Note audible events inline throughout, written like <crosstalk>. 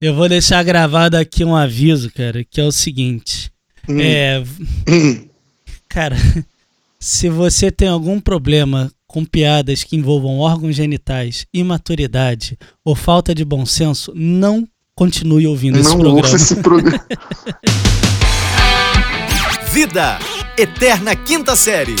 Eu vou deixar gravado aqui um aviso, cara, que é o seguinte. Hum. É. Hum. Cara, <laughs> se você tem algum problema com piadas que envolvam órgãos genitais, imaturidade ou falta de bom senso, não continue ouvindo esse Não programa. ouça esse programa. <laughs> Vida, Eterna Quinta Série.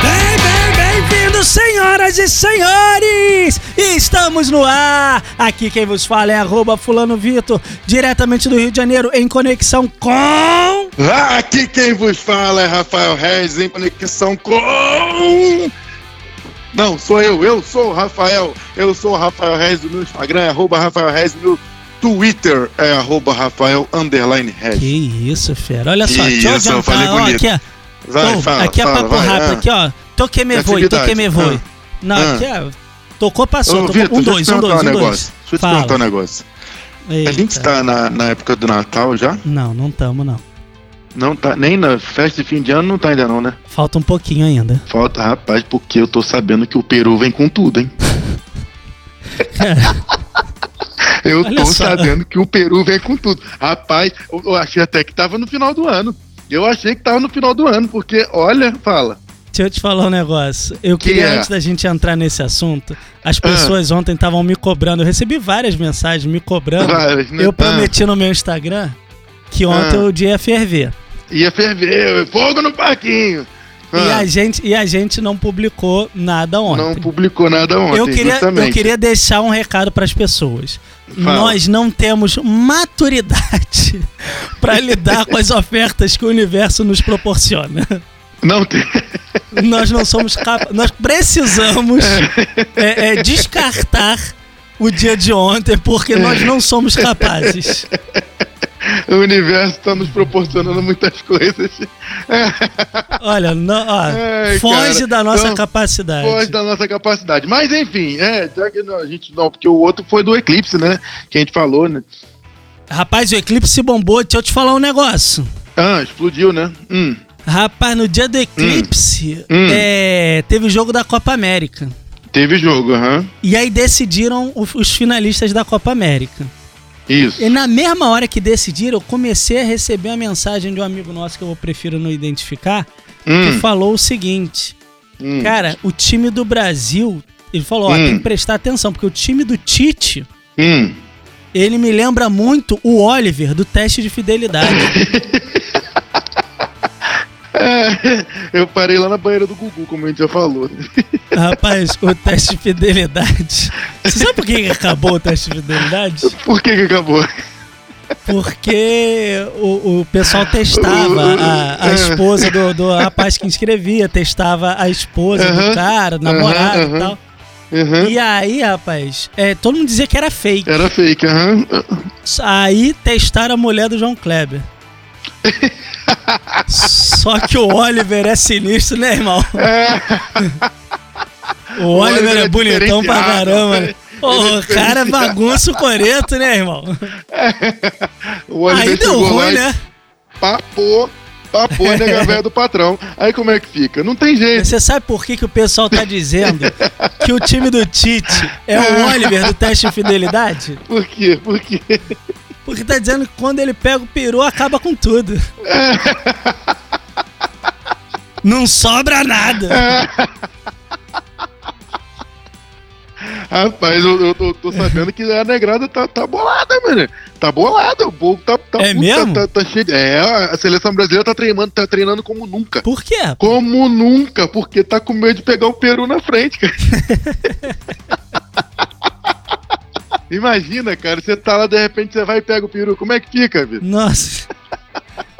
Bem, bem, bem-vindos, senhoras e senhores! Estamos no ar! Aqui quem vos fala é arroba fulano Vitor, diretamente do Rio de Janeiro, em conexão com... Aqui quem vos fala é Rafael Reis em conexão com. Não, sou eu, eu sou o Rafael. Eu sou o Rafael Reis, o meu Instagram é arroba Rafael Reis, o meu Twitter é arroba Rafael underline Reis. Que isso, fera. Olha É Que só, deixa eu isso, eu adiantar. falei ó, bonito. aqui, ó. Vai, Ô, fala, aqui é fala, papo vai, rápido, ah. aqui, ó. Toquei me voi, Criatividade. toquei me voi. Ah. Não, Ah. aqui, ó. Tocou, passou. Ô, tocou. Vitor, um, deixa eu dois, um, te perguntar dois, um um, negócio. dois. Deixa eu te Fala. perguntar um negócio. A gente Eita. tá na, na época do Natal já? Não, não tamo, não. Não tá, nem na festa de fim de ano não tá ainda não, né? Falta um pouquinho ainda. Falta, rapaz, porque eu tô sabendo que o Peru vem com <laughs> tudo, hein? eu Olha tô só. sabendo que o Peru vem com tudo. Rapaz, eu, eu achei até que tava no final do ano. Eu achei que tava no final do ano, porque, olha, fala. Deixa eu te falar um negócio. Eu Que queria, é? Ah. antes da gente entrar nesse assunto, as pessoas ontem estavam me cobrando. Eu recebi várias mensagens me cobrando. Várias, né? Eu prometi no meu Instagram que ontem Ah. o dia ia ferver. Ia ferver, fogo no parquinho. E, Ah, a gente, e a gente não publicou nada ontem. não publicou nada ontem, eu queria, justamente. eu queria deixar um recado para as pessoas. Fala. Nós não temos maturidade <laughs> para lidar com as ofertas que o universo nos proporciona. Não tem... <laughs> Nós não somos capazes. Nós precisamos é, é, descartar o dia de ontem porque nós não somos capazes. O universo tá nos proporcionando muitas coisas. Olha, não, ó, Ai, foge cara, da nossa não, capacidade. Foge da nossa capacidade. Mas enfim, é, já que não, a gente não, porque o outro foi do eclipse, né? Que a gente falou, né? Rapaz, o eclipse bombou. Deixa eu te falar um negócio. Ah, explodiu, né? Hum. Rapaz, no dia do eclipse, Hum. é, teve o jogo da Copa América. Teve jogo, aham. E aí decidiram o- os finalistas da Copa América. Isso. E na mesma hora que decidiram, eu comecei a receber uma mensagem de um amigo nosso que eu prefiro não identificar, que Hum, falou o seguinte: hum. Cara, o time do Brasil. Ele falou: Ó, Hum. tem que prestar atenção, porque o time do Tite. Hum. Ele me lembra muito o Oliver do teste de <laughs> fidelidade. É, <laughs> eu parei lá na banheira do Gugu, como a gente já falou. <laughs> Rapaz, o teste de fidelidade. Você sabe por que que acabou o teste de fidelidade? Por que que acabou? Porque o, o pessoal testava a, é. a esposa do, do rapaz que inscrevia, testava a esposa Aham, do cara, namorada aham, e tal. Aham. E aí, rapaz, é, todo mundo dizia que era fake. Era fake, aham. Aí testaram a mulher do João Kleber. Só que o Oliver é sinistro, né, irmão? O Oliver, É. Oliver é, é bonitão pra diferenciado, caramba. né? né? Pô, o cara bagunça o coreto, né, irmão? O Aí deu chegou lá ruim, e Ah, né? Papou, papou <laughs> a nega velha do patrão. Aí como é que fica? Não tem jeito. Você sabe por que, que o pessoal tá dizendo que o time do Tite é o Oliver do teste de fidelidade? Por quê? Por quê? Porque tá dizendo que quando ele pega o peru, acaba com tudo. Não sobra nada. Rapaz, eu, eu tô, tô sabendo que a negrada tá, tá bolada, mano. Tá bolada, o povo tá, tá É puto, mesmo? Tá, tá cheio de- É, a seleção brasileira tá treinando, tá treinando como nunca. Por quê? Como nunca, porque tá com medo de pegar o Peru na <laughs> frente, cara. Imagina, cara, você tá lá, de repente você vai e pega o peru. Como é que fica, Vitor? Nossa.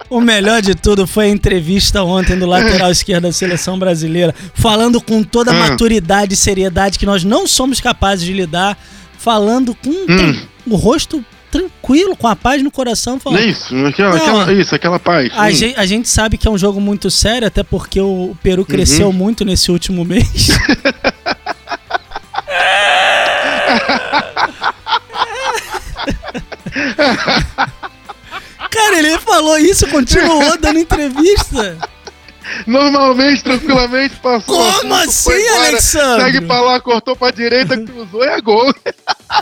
O melhor de tudo foi a entrevista ontem do lateral esquerdo da seleção brasileira, falando com toda a Hum. maturidade e seriedade que nós não somos capazes de lidar, falando com tran- o rosto tranquilo, com a paz no coração, falando. É isso, aquela, Não, aquela- isso, aquela paz. A, Hum. gen- a gente sabe que é um jogo muito sério, até porque o Peru cresceu Uhum. muito nesse último <laughs> mês. Cara, ele falou isso, continuou dando entrevista. normalmente, tranquilamente, passou. o Como assunto, foi assim, embora, Alexandre? Segue pra lá, cortou pra direita, cruzou e é gol.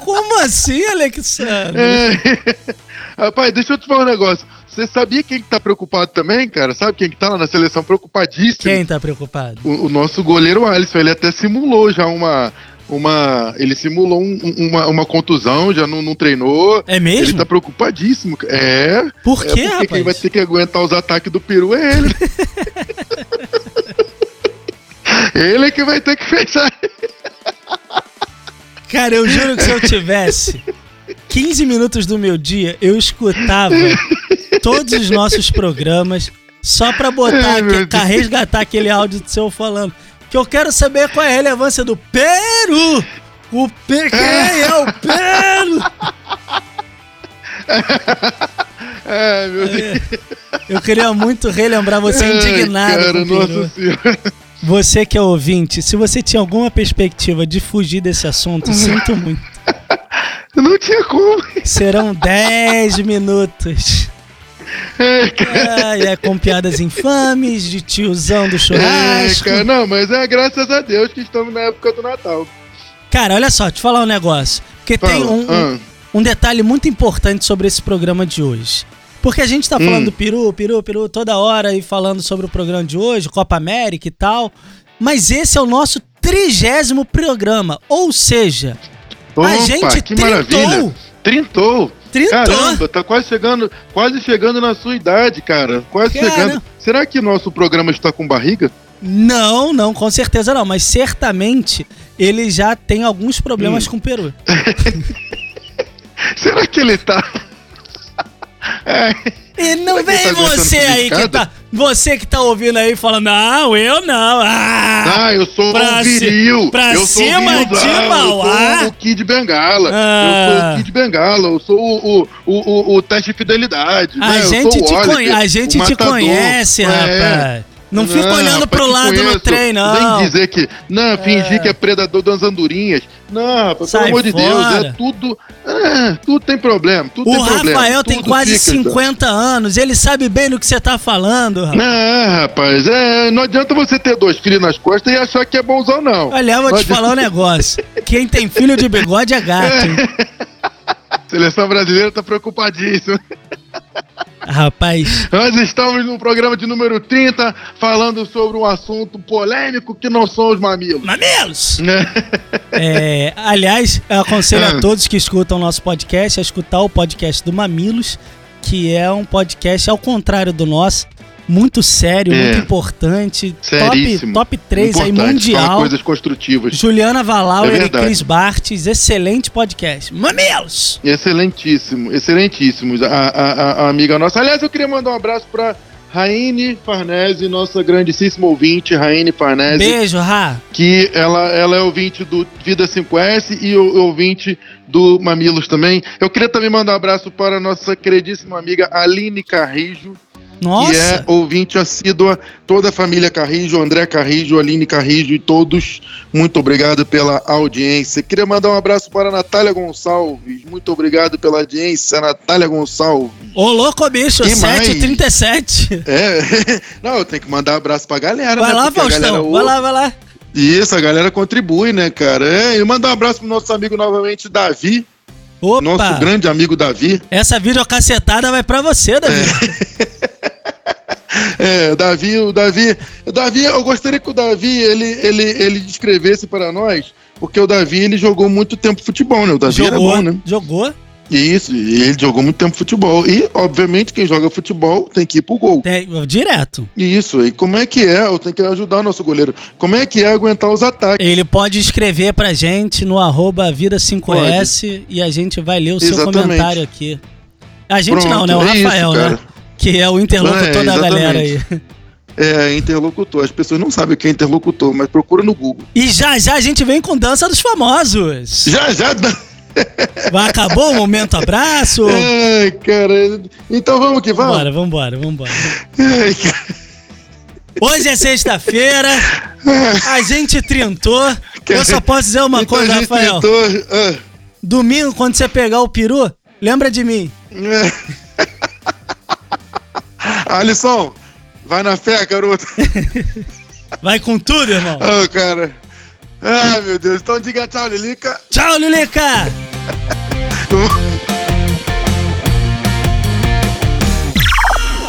Como assim, Alexandre? É. <laughs> Rapaz, deixa eu te falar um negócio. Você sabia quem que tá preocupado também, cara? Sabe quem que tá lá na seleção preocupadíssimo? Quem tá preocupado? O, o nosso goleiro Alisson, ele até simulou já uma. uma ele simulou um- um- uma, uma contusão, já não, não treinou. É Ele mesmo? tá preocupadíssimo. cara. É. Por é quê, porque quem vai rapaz? ter que aguentar os ataques do peru <laughs> é ele. ele é que vai ter que fechar. Cara, eu juro que se eu tivesse 15 minutos do meu dia, eu escutava todos os nossos programas só pra botar, Ai, meu aque- pra Deus. resgatar aquele áudio do seu falando. Que eu quero saber qual é a relevância do Peru! O Pe... Quem é o Peru? É, meu Deus. É. Eu queria muito relembrar você indignado Ai, cara, com o nossa Peru. senhora. Você que é ouvinte, se você tinha alguma perspectiva de fugir desse assunto, sinto muito. Não tinha como. Serão 10 minutos. É, cara. Ai, é com piadas infames, de tiozão do É, churrasco. cara, não, mas é graças a Deus que estamos na época do Natal. Cara, olha só, te falar um negócio. Porque tem Fala. um, um- Ah, um detalhe muito importante sobre esse programa de hoje. Porque a gente tá Hum. falando do peru, peru, peru toda hora e falando sobre o programa de hoje, Copa América e tal. Mas esse é o nosso trigésimo programa. Ou seja, opa, a gente que tentou. maravilha. Trintou. Trintou. Caramba, tá quase chegando, quase chegando na sua idade, cara. Quase Cara. chegando. Será que nosso programa está com barriga? <laughs> Não, não, com certeza não. Mas certamente ele já tem alguns problemas Hum. com o peru. Será que ele tá? <laughs> É, E não Será que vem ele tá aguentando você tudo aí de que cada? tá. Você que tá ouvindo aí falando, não, eu não. Ah! ah, eu sou pra um ci- viril. pra eu sou cima virilzão, de Eu Mauá. sou o Kid Bengala. Eu Ah. sou o Kid Bengala. Eu sou o, o, o, o, o teste de fidelidade. a, né? Eu gente sou o te Oliver, conhe- a gente o te matador. conhece, É. rapaz. Não fica olhando rapaz, pro te lado no conheço. trem, Nem não. dizer que. Não, fingir que é predador das andorinhas. Não, rapaz, Sai pelo amor de Deus, fora. é tudo. é, tudo tem problema. Tudo O tem problema. Rafael tem tudo quase fica, então. 50 anos, ele sabe bem do que você tá falando, rapaz. Não, rapaz, é, não adianta você ter dois filhos nas costas e achar que é bonzão, não. Olha, eu vou te Não falar um negócio. Quem tem filho de bigode é gato, hein? <laughs> A seleção brasileira tá preocupadíssima. É. Rapaz, Nós estamos no programa de número 30, falando sobre um assunto polêmico que não são os mamilos. mamilos! Né? É, aliás, eu aconselho a Ah. todos que escutam o nosso podcast a escutar o podcast do Mamilos, que é um podcast ao contrário do nosso, muito sério, É. muito importante, top, Seríssimo. top 3 aí Importante, falar mundial. coisas construtivas. Juliana É Valauer e verdade. Cris Bartes, excelente podcast. Mamilos! Excelentíssimo, excelentíssimo. A, a- a- a amiga nossa. Aliás, eu queria mandar um abraço pra Raine Farnese, nossa grandíssima ouvinte, Raine Farnese, Beijo, Ra. que ela, ela é ouvinte do Vida 5S e o- ouvinte do Mamilos também. Eu queria também mandar um abraço para a nossa queridíssima amiga Aline Carrijo, que é Nossa! ouvinte assídua, toda a família Carrijo, André Carrijo, Aline Carrijo e todos, muito obrigado pela audiência. Queria mandar um abraço para a Natália Gonçalves, muito obrigado pela audiência, Natália Gonçalves. Ô, louco, bicho, E mais? 7h37. É, <laughs> não, eu tenho que mandar um abraço pra galera, Vai né? lá, porque a galera Faustão, vai ouve. lá, vai lá. Isso, a galera contribui, né, cara? É, e mandar um abraço pro nosso amigo novamente, Davi, Opa! nosso grande amigo Davi. Essa videocacetada vai pra você, Davi. É, Davi, o Davi, o Davi, eu gostaria que o Davi ele, ele, ele descrevesse para nós, porque o Davi ele jogou muito tempo futebol, né? O Davi era Jogou, bom, né? jogou. E Isso, e ele jogou muito tempo futebol. E, obviamente, quem joga futebol tem que ir pro gol. Tem- É, direto. E isso, e como é que é? Eu tenho que ajudar o nosso goleiro. Como é que é aguentar os ataques? Ele pode escrever pra gente no arroba vida5s e a gente vai ler o seu Exatamente. comentário aqui. A gente não, né? O é isso, Rafael, né? cara. Que é o interlocutor É, da galera aí. É, interlocutor. As pessoas não sabem o que é interlocutor, mas procura no Google. E já já a gente vem com Dança dos Famosos. Já, já. Vai, acabou o momento abraço. <laughs> Ai, cara. Então vamos que É, vamos. Vambora, vambora, vambora. Ai, cara. Hoje é sexta-feira, a gente trintou. Eu só posso dizer uma Então coisa, a gente Rafael. tentou, ah. Domingo, quando você pegar o peru, lembra de mim. É. <laughs> Alisson, Vai na fé, garoto. <laughs> Vai com tudo, irmão. Ah, cara. Ah, meu Deus. Então diga tchau, Lilica. Tchau, Lilica!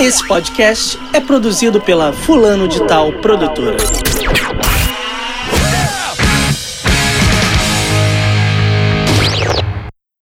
Esse podcast é produzido pela Fulano de Tal Produtora.